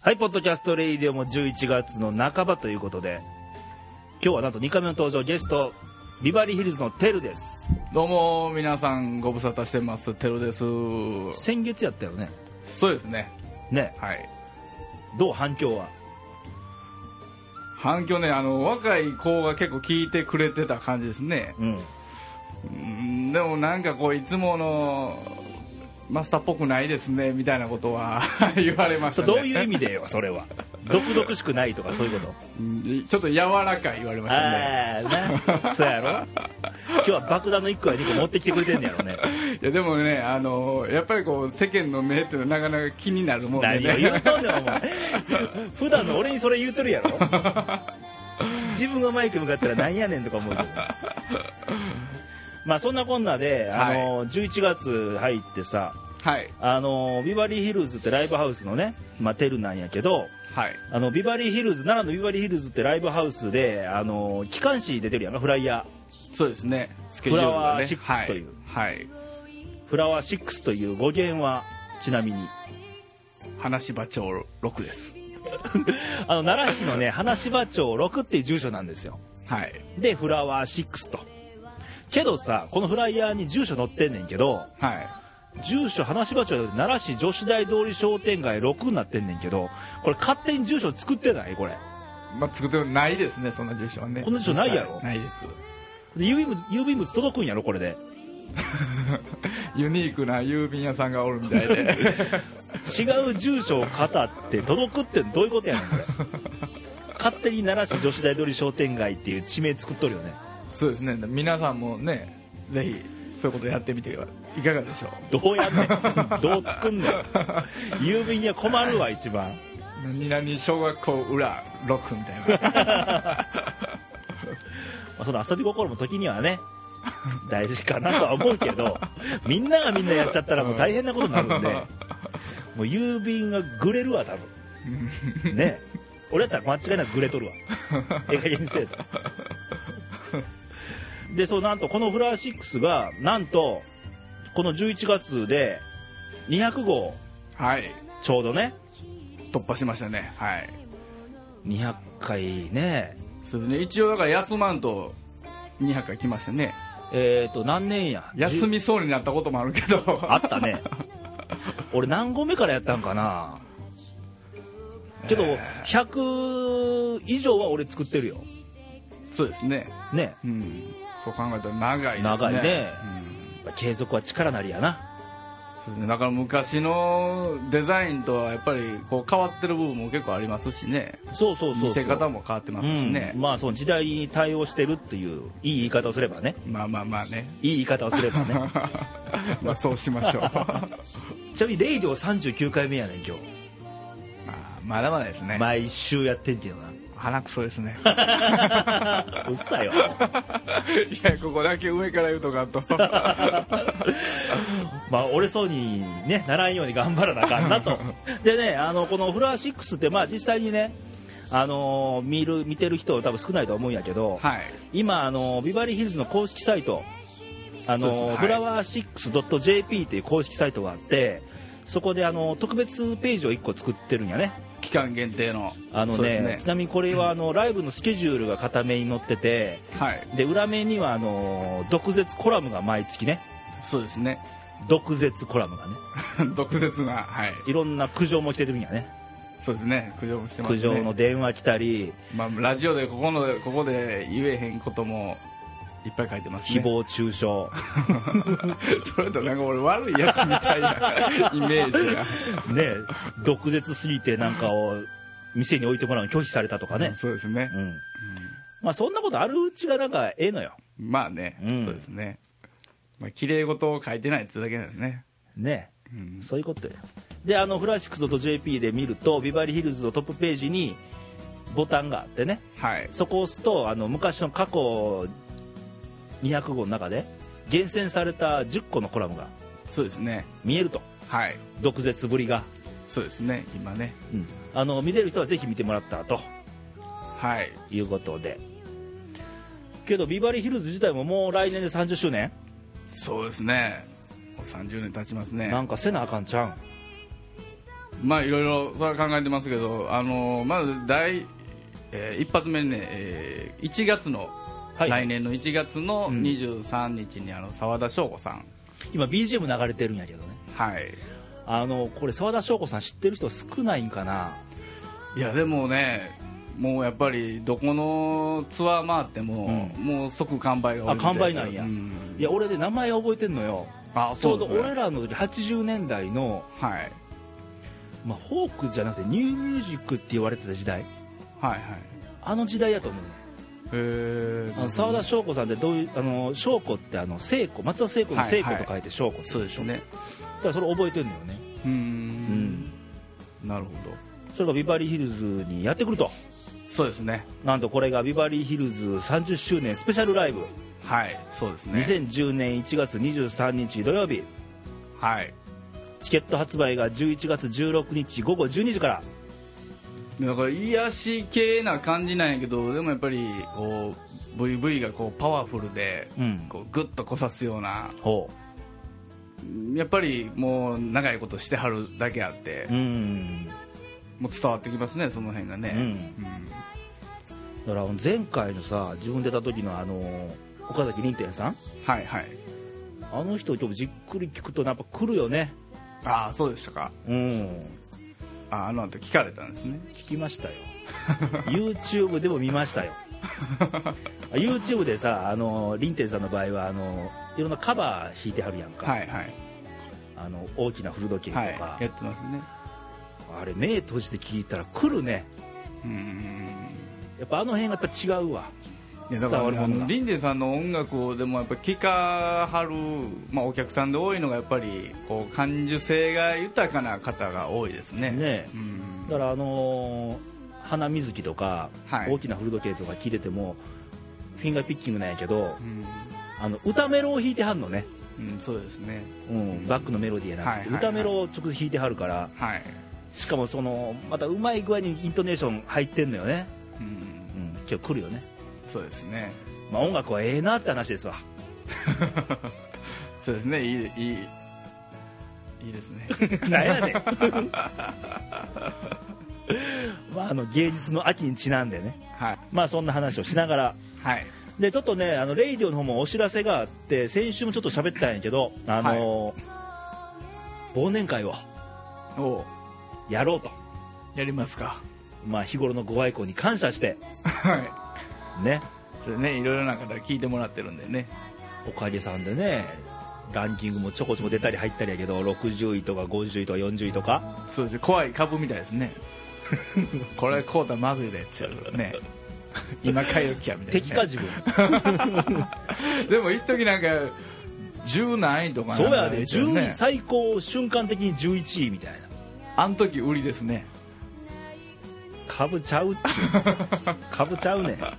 はい、ポッドキャストレイディオも11月の半ばということで、今日はなんと2回目の登場ゲスト、ビバリーヒルズのテルです。どうも皆さんご無沙汰してますテロです先月やったよね。そうですねね、はいどう反響は。反響ねあの若い子が結構聞いてくれてた感じですねうん。うんでもなんかこういつものマスターっぽくないですねみたいなことは 言われましそたれねどういう意味でよ、それは。毒々しくないとかそういうこと。うんちょっと柔らかい言われましたねああ、ね。そうやろ今日は爆弾の1個や2個持ってきてくれてんねやろね。いやでもねあのやっぱりこう世間の目っていうのはなかなか気になるもんで何を言うねとんねん、お前。 普段の俺にそれ言うとるやろ。自分がマイク向かったらなんやねんとか思うけど。まあそんなこんなで、あの11月入ってさ、 はいあのビバリーヒルズってライブハウスのね、まあ、テルなんやけど、はいあのビバリーヒルズ奈良のビバリーヒルズってライブハウスであの機関誌出てるやんかフライヤそうですねスケジュールフラがワーねシックスというはい、はい、ーフラワー6という語源はちなみに話場長6ですあの奈良市のね花芝町6っていう住所なんですよはいでフラワー6とけどさこのフライヤーに住所載ってんねんけどはい住所花芝町で奈良市女子大通り商店街6になってんねんけどこれ勝手に住所作ってないこれまあ、作ってないですね、そんな住所はね。こんな住所ないやろないです。で郵便物郵便物届くんやろこれでユニークな郵便屋さんがおるみたい で。違う住所を語って届くってどういうことやねんこれ勝手に奈良市女子大通り商店街っていう地名作っとるよねそうですね、皆さんもね、ぜひ、そういうことやってみてはいかがでしょう。どうやんねんどう作んねん郵便屋困るわ一番何々小学校裏6みたい な。まあその遊び心も時にはね 大事かなとは思うけ どみんながみんなやっちゃったらもう大変なことになるんでもう郵便がぐれるわ多分ね俺だったら間違いなくぐれとるわええ加減にせえとでそうなんとこのフラワー6がなんとこの11月で200号はい。ちょうどね突破しましたね。はい。 200回ねそうですね、一応だから休まんと200回来ましたね。えっ、と何年や休みそうになったこともあるけど。あったね。俺何合目からやったんかな。けど、100以上は俺作ってるよ。そうですね。ね。うん。そう考えたら長いですね。長いねうん継続は力なりやな。そうですね、だから昔のデザインとはやっぱりこう変わってる部分も結構ありますしねそうそうそうそう。見せ方も変わってますしね、うんまあ、その時代に対応してるっていう、いい言い方をすればね。まあまあまあねいい言い方をすればね。 まあそうし ましょうあちなみに、レイディオ39回目やねん、今日。まだまだですね、毎週やってんけ ど鼻くそです ねな。うっさいよ。いやここだけ上から言うと かとまあ、折れそうに、ね、ならんように頑張らなあかんな とでねあのこの「フラワー6」って、まあ、実際にね、あのー見る見てる人多分少ないと思うんやけど、はい今、あのービバリーヒルズの公式サイト、あそうのですねーはいフラワー 6.jp っていう公式サイトがあってそこで、あのー特別ページを1個作ってるんやね。期間限定のあのそうねですねちなみにこれはあのライブのスケジュールが固めに載っててはいで裏面にはあのー毒舌コラムが毎月ねそうですね 毒舌コラムがね毒舌なはいいろんな苦情も来てるんやねそうですね苦情も来てま苦すね情の電話来たり、まあ、ラジオでここのここで言えへんこともいっぱい書いてますね誹謗中傷、 それとなんか俺悪いやつみたいなイメージが、ねえ、毒舌すぎてなんかを店に置いてもらうの拒否されたとかね、そうですねうんまあそんなことあるうちがなんかええのよ、まあね、うんそうですねまあ綺麗事を書いてないってだけなんですねねえ、うんそういうことよ。で、あのフラシックス .jp で見ると、ビバリーヒルズのトップページにボタンがあってね、はいそこを押すと、あの昔の過去200号の中で、厳選された10個のコラムがそうですね見えると、はい毒舌ぶりが、そうですね今ねうんあの見れる人はぜひ見てもらったらと。はいということでけどビバリーヒルズ自体ももう来年で30周年そうですねもう30年経ちますねなんかせなあかんちゃんまあいろいろそれは考えてますけどあのまず第、えー一発目ね、えー1月の、はい来年の1月の23日にあの澤田翔子さん今 BGM 流れてるんやけどねはいあのこれ澤田翔子さん知ってる人少ないんかないやでもねもうやっぱりどこのツアー回っても、もう即完売が多いあみた完売いですなんや、ういや俺で名前覚えてんのよあちょうどですね俺らの時80年代の、はいまあ、フォークじゃなくてニューミュージックって言われてた時代はいはいあの時代やと思うねへーあの澤田翔子さんってどういうあの翔子ってあの聖子松田聖子の聖子と書いて翔子、そうですねだからそれ覚えてるのよねううーんんなるほどそれがビバリーヒルズにやってくるとそうですねなんとこれがビバリーヒルズ30周年スペシャルライブ、はいそうですね2010年1月23日土曜日はいチケット発売が11月16日午後12時からなんか癒し系な感じなんやけどでもやっぱりこう VV がこうパワフルで、うんこうグッとこさすようなほやっぱりもう長いことしてはるだけあって、ううんもう伝わってきますねその辺がね、うんだから前回のさ自分出た時のあの岡崎凛天さんはいはいあの人をちょっとじっくり聞くとやっぱ来るよねああそうでしたかうんああの後聞かれたんですね聞きましたよ YouTube でも見ましたよ YouTube でさあのリンテンさんの場合はあのいろんなカバー弾いてはるやんか、はいはいあの大きな古時計とか、はいやってますねあれ目閉じて聞いたら来るねうんうんうんやっぱあの辺がやっぱ違うわいやだから伝わるものがリンデンさんの音楽をでもやっぱ聴かはる、まあ、お客さんで多いのがやっぱりこう感受性が豊かな方が多いですねねうんだからあのー花水木とか、はい大きな古時計とか聞いててもフィンガーピッキングなんやけどうん、あの歌メロを弾いてはんのね、うん、そうですねうん、バックのメロディーやなくて、はいはいはい歌メロを直接弾いてはるからはい、しかもそのまたうまい具合にイントネーション入ってんのよね、うんう、ん、今日来るよね、そうですね まあ、音楽はええなって話 ですわそうですねいいいいいいですね なんやねん まあ、あの芸術の秋にちなんでねはいまあそんな話をしながらはいでちょっとねあのレイディオの方もお知らせがあって先週もちょっと喋ったんやけどあの忘年会をおうやろうとやりますかまあ日頃のご愛顧に感謝してはいねそれねいろいろな方聞いてもらってるんでねおかげさんでねランキングもちょこちょこ出たり入ったりやけど60位とか50位とか40位とかそうですね怖い株みたいです ねこれこうたらまずいでっつうね今買い時やみたいな、ね、敵か自分でも一時なんか10何位とかなんそかうやで言ってたよ10ね位最高瞬間的に11位みたいなあの時売りですねかぶちゃうっちゅうかぶちゃうねんはい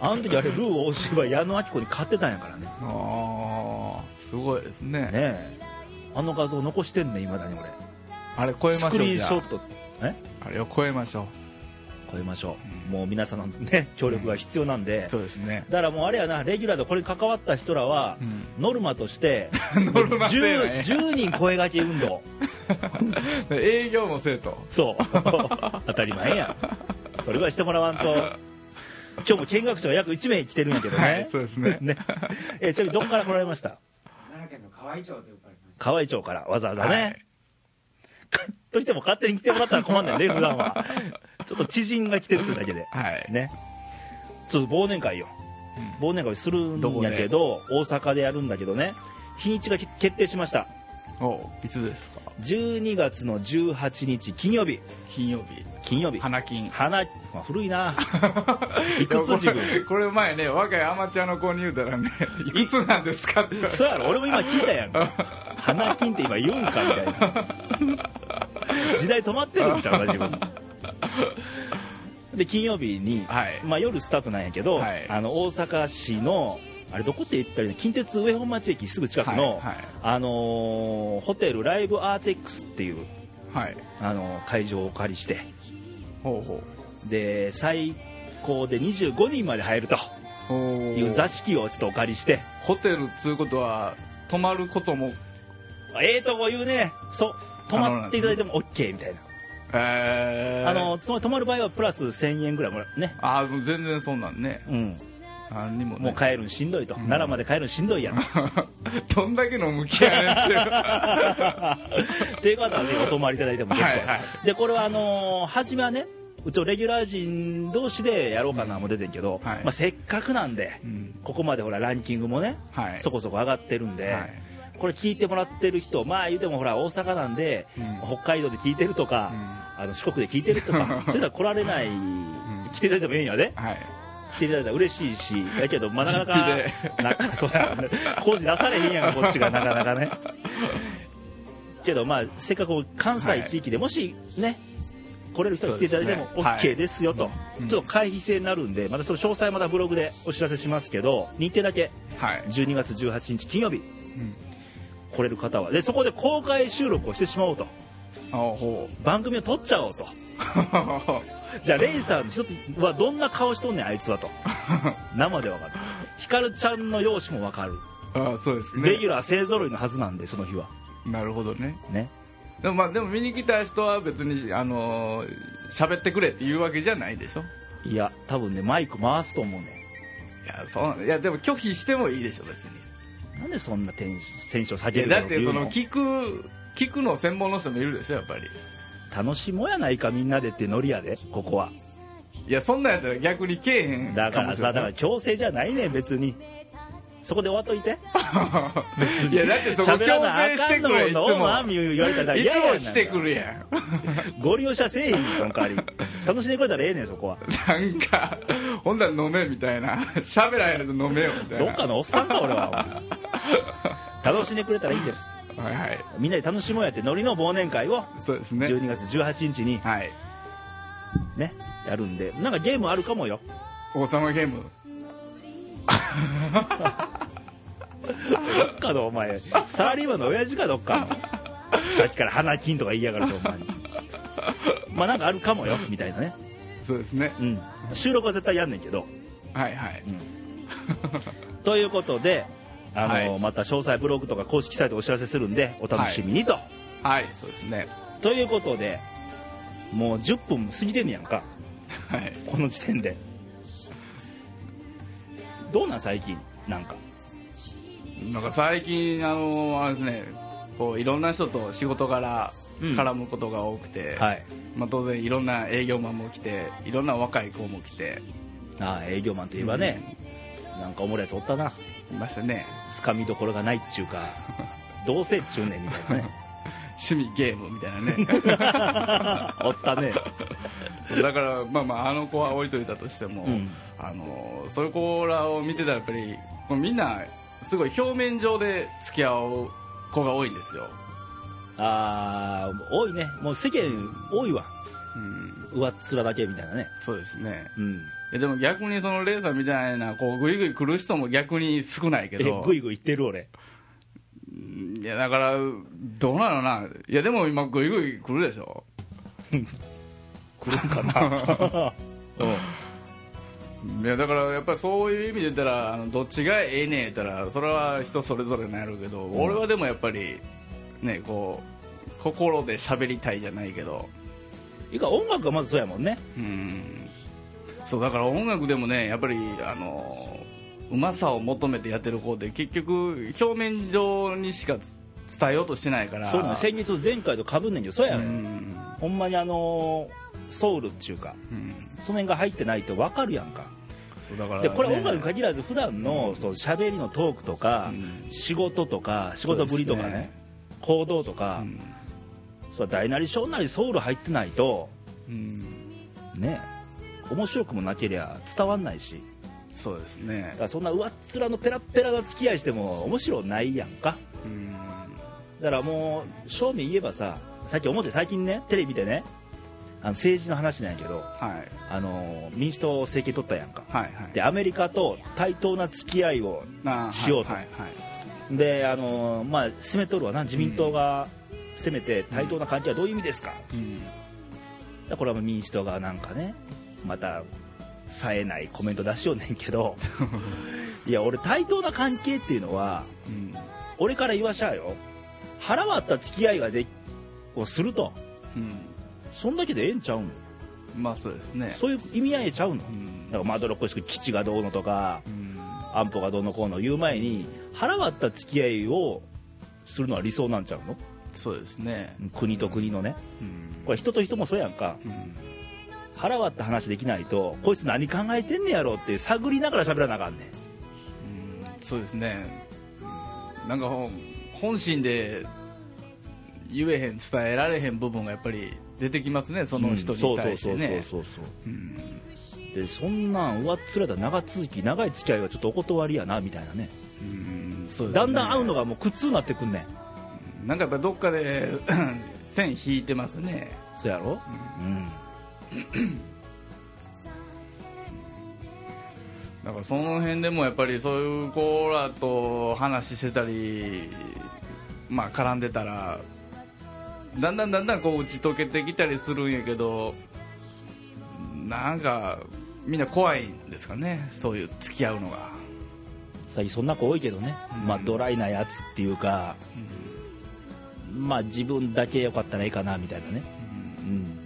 あの時あれルー大芝矢野明子に勝ってたんやからねねああすごいですねえあの画像残してんねいまだに俺あれ超えましょスクうリーンじシゃョあットえあれを超えましょ超えましょうもう皆さんのね協力が必要なんでう、そうですねだからもうあれやなレギュラーでこれに関わった人らは、んノルマとして ノルマ制なんや 10, 10人声掛け運動営業も生徒そう 当たり前やそれはしてもらわんと今日も見学者が約1名来てるんやけどね、はいそうですね ねえちなみにどこから来られました奈良県の河合町で生まれました。河合町からわざわざね、はいとしても勝手に来てもらったら困ん ないね普段はちょっと知人が来てるってだけではいねそう忘年会よ、忘年会するどんこやでけど大阪でやるんだけどね日にちがき決定しましたおういつですか12月の18日金曜日金曜日金曜日花金花、まあ、古い ないくつ自いやこれ分これ前ね若いアマチュアの子に言うたらね「いくつなんですか?」って言われてそうやろ俺も今聞いたやんか花金って今言うんかみたいな時代止まってるんちゃ うか自分で金曜日に、はいまあ、夜スタートなんやけど、はいあの大阪市のあれどこって言ったらいいの近鉄上本町駅すぐ近くの、はいはいあのーホテルライブアーテックスっていう、はいあのー会場をお借りしてほうほで最高で25人まで入るとうほいう座敷をちょっとお借りしてホテルっつうことは泊まることもええとこ言うねそう泊まっていただいても OK みたいな、えー、あのつまり泊まる場合はプラス1000円ぐらいもらうね、あーもう全然そんなんねうん、何にもねもう帰るんしんどいと、奈良まで帰るんしんどい やんどんだけの向き合いやねんっていう っていう方はぜひお泊まりいただいても結構、はいはでこれはあのー初めはねうちのレギュラー陣同士でやろうかなも出てんけど、はいまあ、せっかくなんで、うんここまでほらランキングもね、はいそこそこ上がってるんで、はいこれ聞いてもらってる人まあ言うてもほら大阪なんで、うん北海道で聞いてるとか、あの四国で聞いてると かそういうのは来られない、来ていただいてもいいんやではい来ていただいたら嬉しいしだけど、まあ、なかな実費かなんか そうやね工事出されへんやんこっちがなかなかねけどまあせっかく関西地域で、もしね来れる人が来ていただいてもそうですねはい OK ですよとちょっと回避制になるんでまたその詳細またブログでお知らせしますけど日程だけはい、 12月18日金曜日うん、来れる方はでそこで公開収録をしてしまおうとあほ 番組を撮っちゃおうとうじゃあレイさんちょっとはどんな顔しとんねんあいつは と生で分かるヒカルちゃんの容姿も分かるあそうですねレギュラー勢ぞろいのはずなんでその日はなるほどねねでもまあでも見に来た人は別にあのー喋、ってくれっていうわけじゃないでしょいや多分ねマイク回すと思うねいやそういやでも拒否してもいいでしょ別にんなんでそんなテンションテンション下いげやるだのっっていてそうのの聞く聞くの専門の人もいるでしょやっぱり楽しもうやないかみんなでってノリやでここはいやそんなんやったら逆にけえへんだからさだかかもらし強制じゃないねん別にそこで終わっといてれ ないいやだってそこ強喋らなあ制しかてんのくれいつノーマンも言う言われたらい嫌やねんつもしてくるやん ご利用者せえへんよその代わり楽しんでくれたらええねんそ こはなんかほんなら飲めみたいな 喋らへんと飲めよみたいなどっかのおっさんか俺は楽しんでくれたらいいんですはいはいみんなで楽しもうやってノリの忘年会をそうですね12月18日にはいねやるんでなんかゲームあるかもよ王様ゲームどっかのお前サラリーマンの親父かどっかのさっきから鼻金とか言いやがるしお前まあなんかあるかもよみたいなねそうですねうん収録は絶対やんねんけどはいはいということであの、はいまた詳細ブログとか公式サイトお知らせするんでお楽しみにと、はいそうですねということでもう10分も過ぎてんねやんかはいこの時点でどうなん最近なんかなんか最近あのあれですねこういろんな人と仕事柄うん絡むことが多くて、はいまあ、当然いろんな営業マンも来ていろんな若い子も来てああ営業マンといえばね、なんかおもろいやつおったないましたねつかみどころがないっちゅう かどうせっちゅうねんみたい趣味ゲームみたいなね なね おったねそうだからまあまああの子は置いといたとしても、うんあのそういう子らを見てたらやっぱりこうみんなすごい表面上で付き合う子が多いんですよ、ああ多いねもう世間多いわうん、上っ面だけみたいなねそうですねうんいやでも逆にそのレーサーみたいなこうグイグイ来る人も逆に少ないけえどぐいぐい言ってる俺いやだからどうなのないやでも今グイグイ来るでしょ 来るんか ないやだからやっぱりそういう意味で言ったらあのどっちがええねん言ったらそれは人それぞれなんやろうけど、俺はでもやっぱりねこう心で喋りたいじゃないけどいいか音楽がまずそうやもんねうんそうだから音楽でもねやっぱりあのうまさを求めてやってる方で結局表面上にしか伝えようとしてないからそうなの先月前回とかぶんねんけどそうやうねんんほんまにあのーソウルっていうかうんその辺が入ってないと分かるやんかそうだから、でこれ音楽にね限らず普段のそう喋りのトークとか、うん仕事とか仕事ぶりとかねそうですね行動とか、んそう大なり小なりソウル入ってないとうんね面白くもなけりゃ伝わんないしそうですねだからそんな上っ面のペラッペラな付き合いしても面白ないやんかうんだからもう正味言えばささっき思って最近ねテレビでねあの政治の話なんやけどはいあの民主党政権取ったやんかはいはいでアメリカと対等な付き合いをあーしようとはいはいはいであのまあ攻めとるわな自民党が攻めて対等な関係はどういう意味ですか、うんだからこれは民主党がなんかねまた冴えないコメント出しようねんけどいや俺対等な関係っていうのはうん俺から言わしゃあよ腹割った付き合いがでをするとうん、そんだけでええんちゃうのまあそうですねそういう意味合いちゃうのだうんからまどろっこしく基地がどうのとかうん安保がどうのこうの言う前に腹割った付き合いをするのは理想なんちゃうのそうですね国と国のねうんこれ人と人もそうやんかうん腹割った話できないとこいつ何考えてんねやろって探りながら喋らなあかんねんうんそうですね、うんなんかほん本心で言えへん伝えられへん部分がやっぱり出てきますねその人に対してうんねそうそうそうそううんそうでそんなん上っ面だ長続き長い付き合いはちょっとお断りやなみたいなねうんそうですねだんだん会うのがもう苦痛になってくんねんなんかやっぱどっかで 線引いてますねそうやろうんだからその辺でもやっぱりそういう子らと話してたりまあ絡んでたらだんだんだんだんこう打ち解けてきたりするんやけどなんかみんな怖いんですかねそういう付き合うのが最近そんな子多いけどね、うんまあドライなやつっていうか、まあ自分だけよかったらいいかなみたいなねうん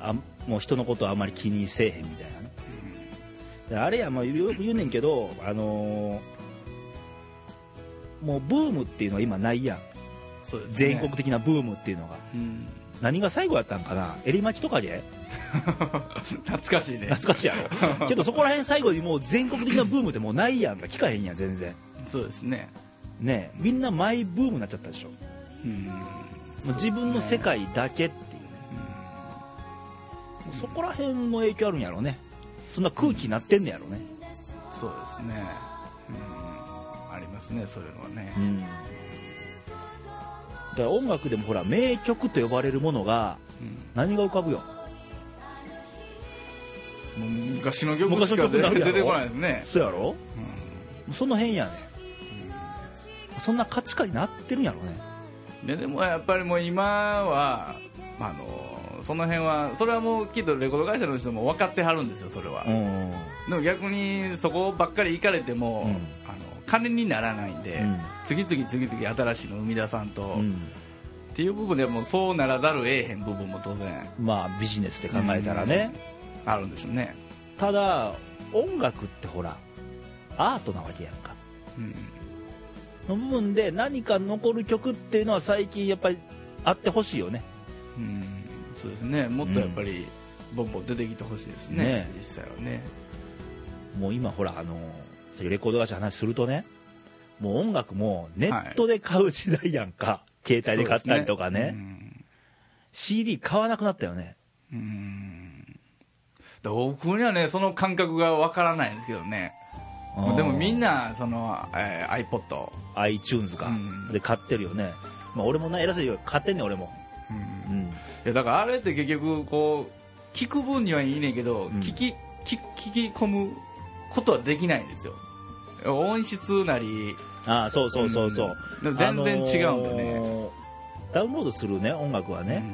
あもう人のことはあまり気にせえへんみたいなねであれやまあよく言うねんけどあのーもうブームっていうのは今ないやんそうですね全国的なブームっていうのがうん 何が最後やったんかな襟巻きとかで懐かしいね懐かしいや ろけどそこら辺最後にもう全国的なブームってもうないやんか聞かへんやん全然そうですねねえみんなマイブームになっちゃったでしょうんもう自分の世界だけっていうねもうそこら辺も影響あるんやろねそんな空気になってんねやろねそうですねうんありますねそういうのはねうんだから音楽でもほら名曲と呼ばれるものがうん何が浮かぶよもう昔の曲昔のしか出曲になるやろ出てこないですね、そうやろうんその辺やねそんな価値観になってるんやろねででもやっぱりもう今は、まあ、あのその辺はそれはもうきっとレコード会社の人も分かってはるんですよそれは、うんでも逆にそこばっかり行かれても、うんあの金にならないんで、うん次々次々新しいの生み出さんと、うっんていう部分でもそうならざるをええへん部分も当然まあビジネスって考えたらねあるんですよね、ただ音楽ってほらアートなわけやんかうんの部分で何か残る曲っていうのは最近やっぱりあってほしいよねうんそうですねもっとやっぱりボンボン出てきてほしいですねね実際はねもう今ほらあのそういうレコード会社の話するとねもう音楽もネットで買う時代やんか、携帯で買ったりとかねそうですうん CD 買わなくなったよねうーんだから僕にはねその感覚がわからないんですけどねでもみんなその、えー iPod iTunes か、うんで買ってるよね、まあ、俺もな偉そうに言うよ買ってんねん俺も、ううんん、いやだからあれって結局こう聞く分にはいいねんけど、ん聞き聞聞き込むことはできないんですよ音質なりああそうそうそうそう、うん全然違うんだあねのーダウンロードするね音楽はね、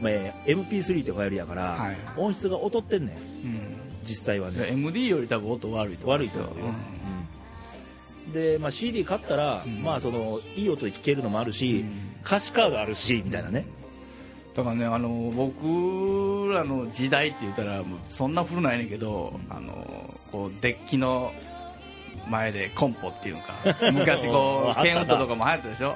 まあえー MP3 ってファイルやから、はい音質が劣ってんねんうん実際はうんね MD より多分音悪いと思うん悪いです人よだよ、うんで、まあ、CD 買ったら、まあ、そのいい音で聴けるのもあるし、うん歌詞カードあるしみたいなね、だからねあの僕らの時代って言ったらもうそんな古ないねんけどあのこうデッキの前でコンポっていうの か昔こあうったなケンウッドとかも流行ったでしょ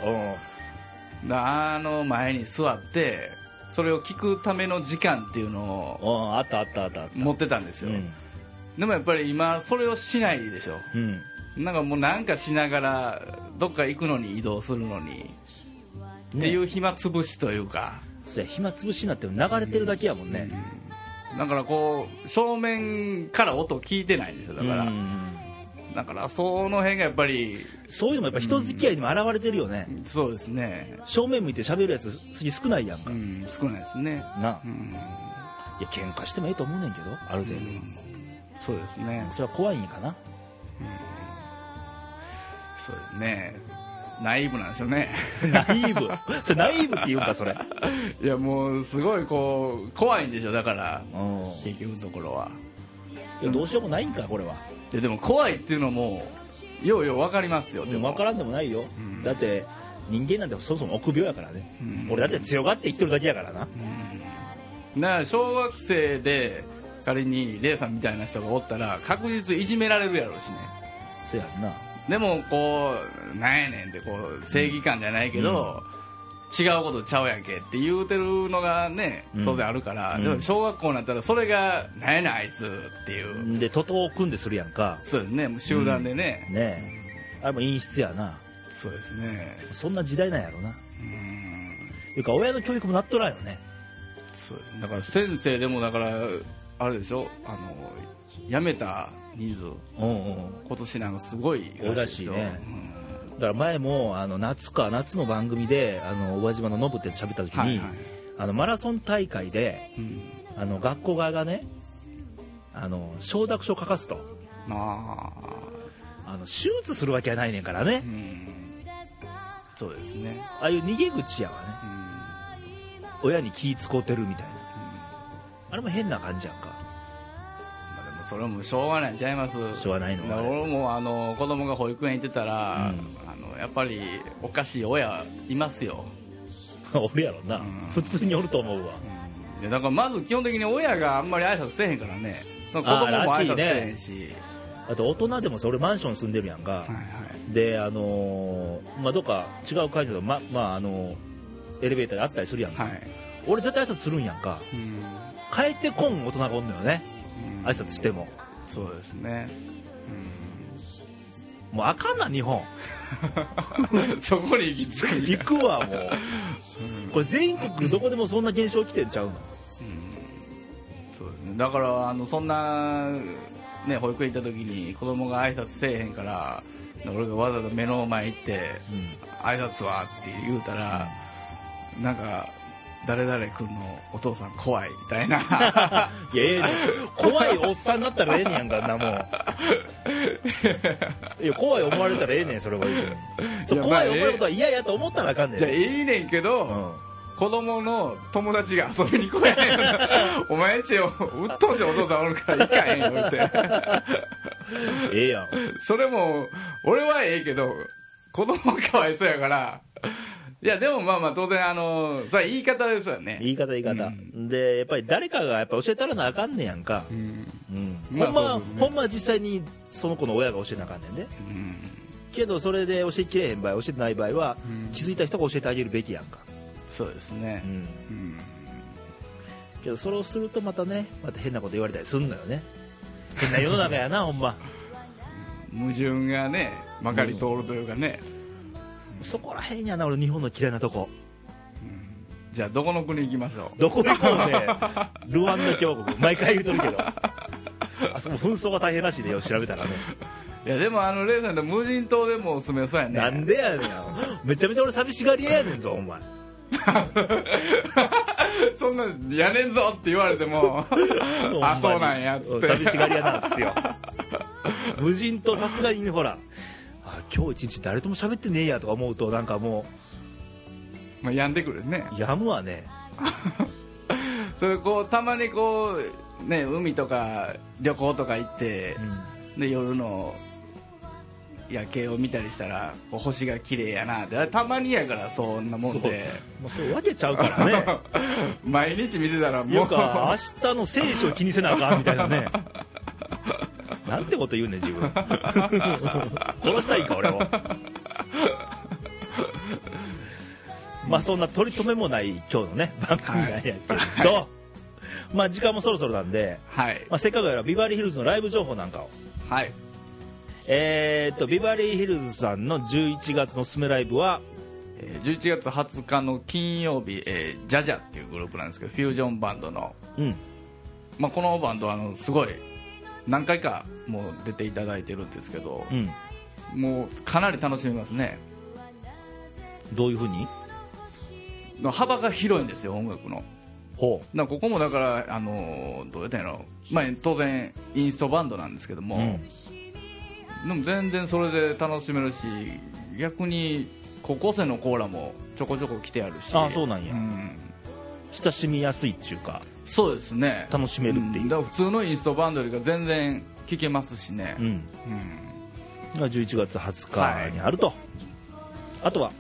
だあの前に座ってそれを聞くための時間っていうのをうんあったあったあったあった持ってたんですうよ、んでもやっぱり今それをしないでしょうんなんかもうなんかしながらどっか行くのに移動するのに、っていう暇つぶしというかそうや暇つぶしになっても流れてるだけやもんね、だからこう正面から音聞いてないんですよだから、うんだからその辺がやっぱりそういうのもやっぱ人付き合いにも現れてるよね、そうですね正面向いて喋るやつ次少ないやんか、うん少ないですねなあうんいや喧嘩してもええと思うねんけどある程度、そうですねそれは怖いんかなそうですねナイーブなんですよ ねナイーブ それナイーブって言うんかそれいやもうすごいこう怖いんでしょだからうん結局のところはけどどうしようもないんかこれはいやでも怖いっていうのもようよう分かりますよででもも分からんでもないよ、だって人間なんてそもそも臆病やからね、うん俺だって強がって生きてるだけやからな、だから小学生で仮にレイさんみたいな人がおったら確実いじめられるやろうしねそやんなでもこうなんやねんってこう正義感じゃないけど、違うことちゃうやんけって言うてるのがねうん当然あるから、うんでも小学校になったらそれがなんやねんあいつっていう、で徒党を組んでするやんかそうですねもう集団でね、ねえあれも陰湿やなそうですねそんな時代なんやろなうんいうか親の教育もなっとらんよねそうですねだから先生でもだからあれでしょあの辞めた人数うんうん今年なんかすごいですよ多いらしいねだから前もあの夏か夏の番組であの小島のノブって喋った時に、はいはいあのマラソン大会でうんうんあの学校側がねあの承諾書を書かすとまああの手術するわけはないねんからね、うんそうですねああいう逃げ口やわねうん親に気使うてるみたいなまあれも変な感じやんか あでもそれはもうしょうがないんちゃいますしょうがないのだから俺もあの子供が保育園行ってたうら、あのやっぱりおかしい親いますよ、俺やろな、ん普通におると思うわうん、でだからまず基本的に親があんまり挨拶せえへんからね子供もらし挨いね拶せえへんしあと大人でもさ俺マンション住んでるやんか、はいはいであのーまあどっか違う会場でままああのーエレベーターであったりするやんか、はい、俺絶対挨拶するんやんかうん帰ってこん大人がおんのよねうん挨拶してもそうですね、 もうあかんな日本うん、そこに行き着く行くわ もうこれ全国どこでもそんな現象起きてんちゃうのそうですねだからあのそんな、ね、保育園行った時に子供が挨拶せえへんから俺がわざわざ目の前行ってうん「挨拶は?」って言うたらなんか誰々君のお父さん怖いみたいな いやええねん怖いおっさんになったらええねやんかんなもういや怖い思われたらええねんそれは別にそういや怖いまあ思ええわれることは嫌やと思ったらあかんねんじゃあいいねんけど、うん子供の友達が遊びに来や へんお前んちようっとうしいお父さんおるから行かへんよ言うてええやんそれも俺はええけど子供がかわいそうやからいやでもまあまあ当然あのそれは言い方ですよね言い方言い方、でやっぱり誰かがやっぱ教えたらなあかんねやんか、うんうんまほあんまそはうですねほんまは実際にその子の親が教えなあかんねんでうんけどそれで教えきれへん場合教えてない場合は、うん気づいた人が教えてあげるべきやんか、そうですねうん、うんけどそれをするとまたねまた変なこと言われたりすんのよね変な世の中やなほんま矛盾がねまかり通るというかねそこらへんやな俺日本の嫌いなとこじゃあどこの国行きましょうどこ行こうね ルワンダ共和国毎回言うとるけどあそこ紛争が大変らしいでよ調べたらねいやでもあのレイさんって無人島でもおすすめそうやねなんでやねんめちゃめちゃ俺寂しがり屋やねんぞお前 そんなんやねんぞって言われても あそうなんやっつうって寂しがり屋なんですよ無人島さすがにねほらあ今日一日誰とも喋ってねえやとか思うとなんかもまあ病んでくるねうやむわねそれこうたまにこうね海とか旅行とか行ってう、んで夜の夜景を見たりしたらこう星が綺麗やなってあれたまにやからそんなもんでもうそう分けちゃうから ね毎日見てたらいもううか明日の聖書気にせなあかんみたいなねなんてこと言うねん自分殺したいんか俺をまあそんな取り留めもない今日のね番組なんやけど、まあ時間もそろそろなんで、 はいまあ、せっかくやからビバリーヒルズのライブ情報なんかをはいえー、っとビバリーヒルズさんの11月のおすすめライブはえー11月20日の金曜日、えージャジャっていうグループなんですけどフュージョンバンドの、うんまあ、このバンドはあのすごい何回かもう出ていただいてるんですけどう、んもうかなり楽しみますねどういうふうにの幅が広いんですよ音楽のほだからここもだから、あのーどうやったんやろ、まあ、当然インストバンドなんですけどうも、うんでも全然それで楽しめるし逆に高校生のコーラもちょこちょこ来てあるしあそうなんやん親しみやすいっていうかそうですね楽しめるっていうんだから普通のインストバンドよりか全然聴けますしね、うんうんが11月20日にあると、あとは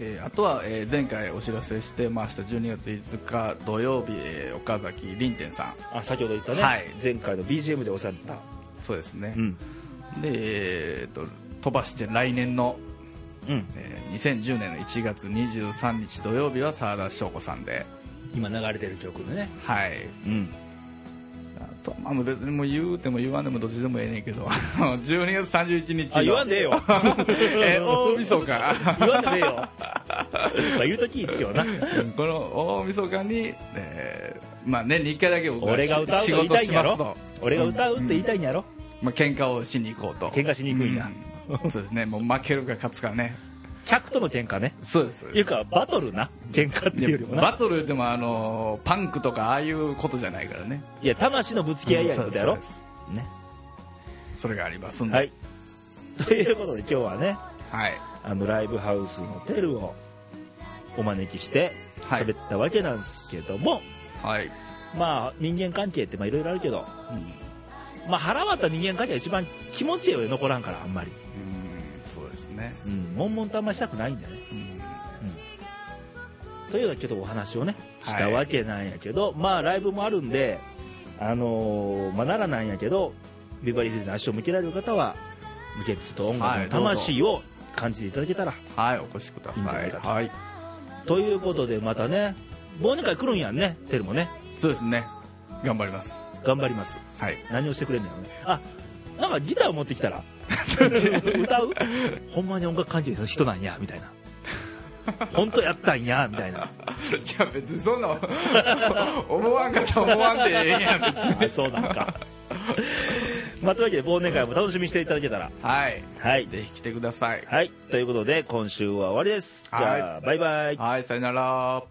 えーあとは、えー前回お知らせしてました12月5日土曜日、えー岡崎凛天さんあ先ほど言ったね、はい前回の BGM でお世話になっそうですねた、うんで、えーっと飛ばして来年の、うん、えー2010年の1月23日土曜日は澤田翔子さんで今流れてる曲でね、はいうん、あとまあ別にもう言うても言わんでもどっちでもええねんけど 12月31日のあ言わんでええよ えー大晦日 言わんでもええよ、まあ、言うとき一応なこの大晦日に、えーまあ、年に1回だけ僕は俺が歌う仕と言い事たいしんやますろと、俺が歌うって言いたいんやろ、まあ喧嘩をしに行こうと喧嘩しに行くんや、うんそうですねもう負けるか勝つかね客との喧嘩ねそうですそういでうかバトルな喧嘩っていうよりすもなバトルでもあのーパンクとかああいうことじゃないからねいや魂のぶつけ合いやることやうろんそうですそうねですそれがありますんでははいい、ということで今日はねはいあのライブハウスのテルをお招きしてはい喋ったわけなんですけども、まあ人間関係ってまあいろいろあるけど、まあ、腹割った人間関係が一番気持ちよ残らんからあんまり、うんそうですね、うん、悶々とあんましたくないんだよねうんというようなちょっとお話をねはいしたわけなんやけど、まあライブもあるんであのーまあ奈良なんやけどビバリーヒルズに足を向けられる方は向けてちょっと音楽はのいどうぞ魂を感じていただけたら、はいお越しくだいいんじゃさないいかとはいということでまたね忘年会来るんやんねテルもねそうですね頑張ります頑張ります はい何をしてくれんのやろねあなんかギター持ってきた ら歌うほんまに音楽関係の人なんやみたいな本当やったんやみたいなじゃあ別にそんな 思わんかったら思わんでええやん別にあそうなんかまあというわけで忘年会も楽しみにしていただけたらはいはいぜひ来てくださいはいということで今週は終わりですじゃあ、バイバイはいさよなら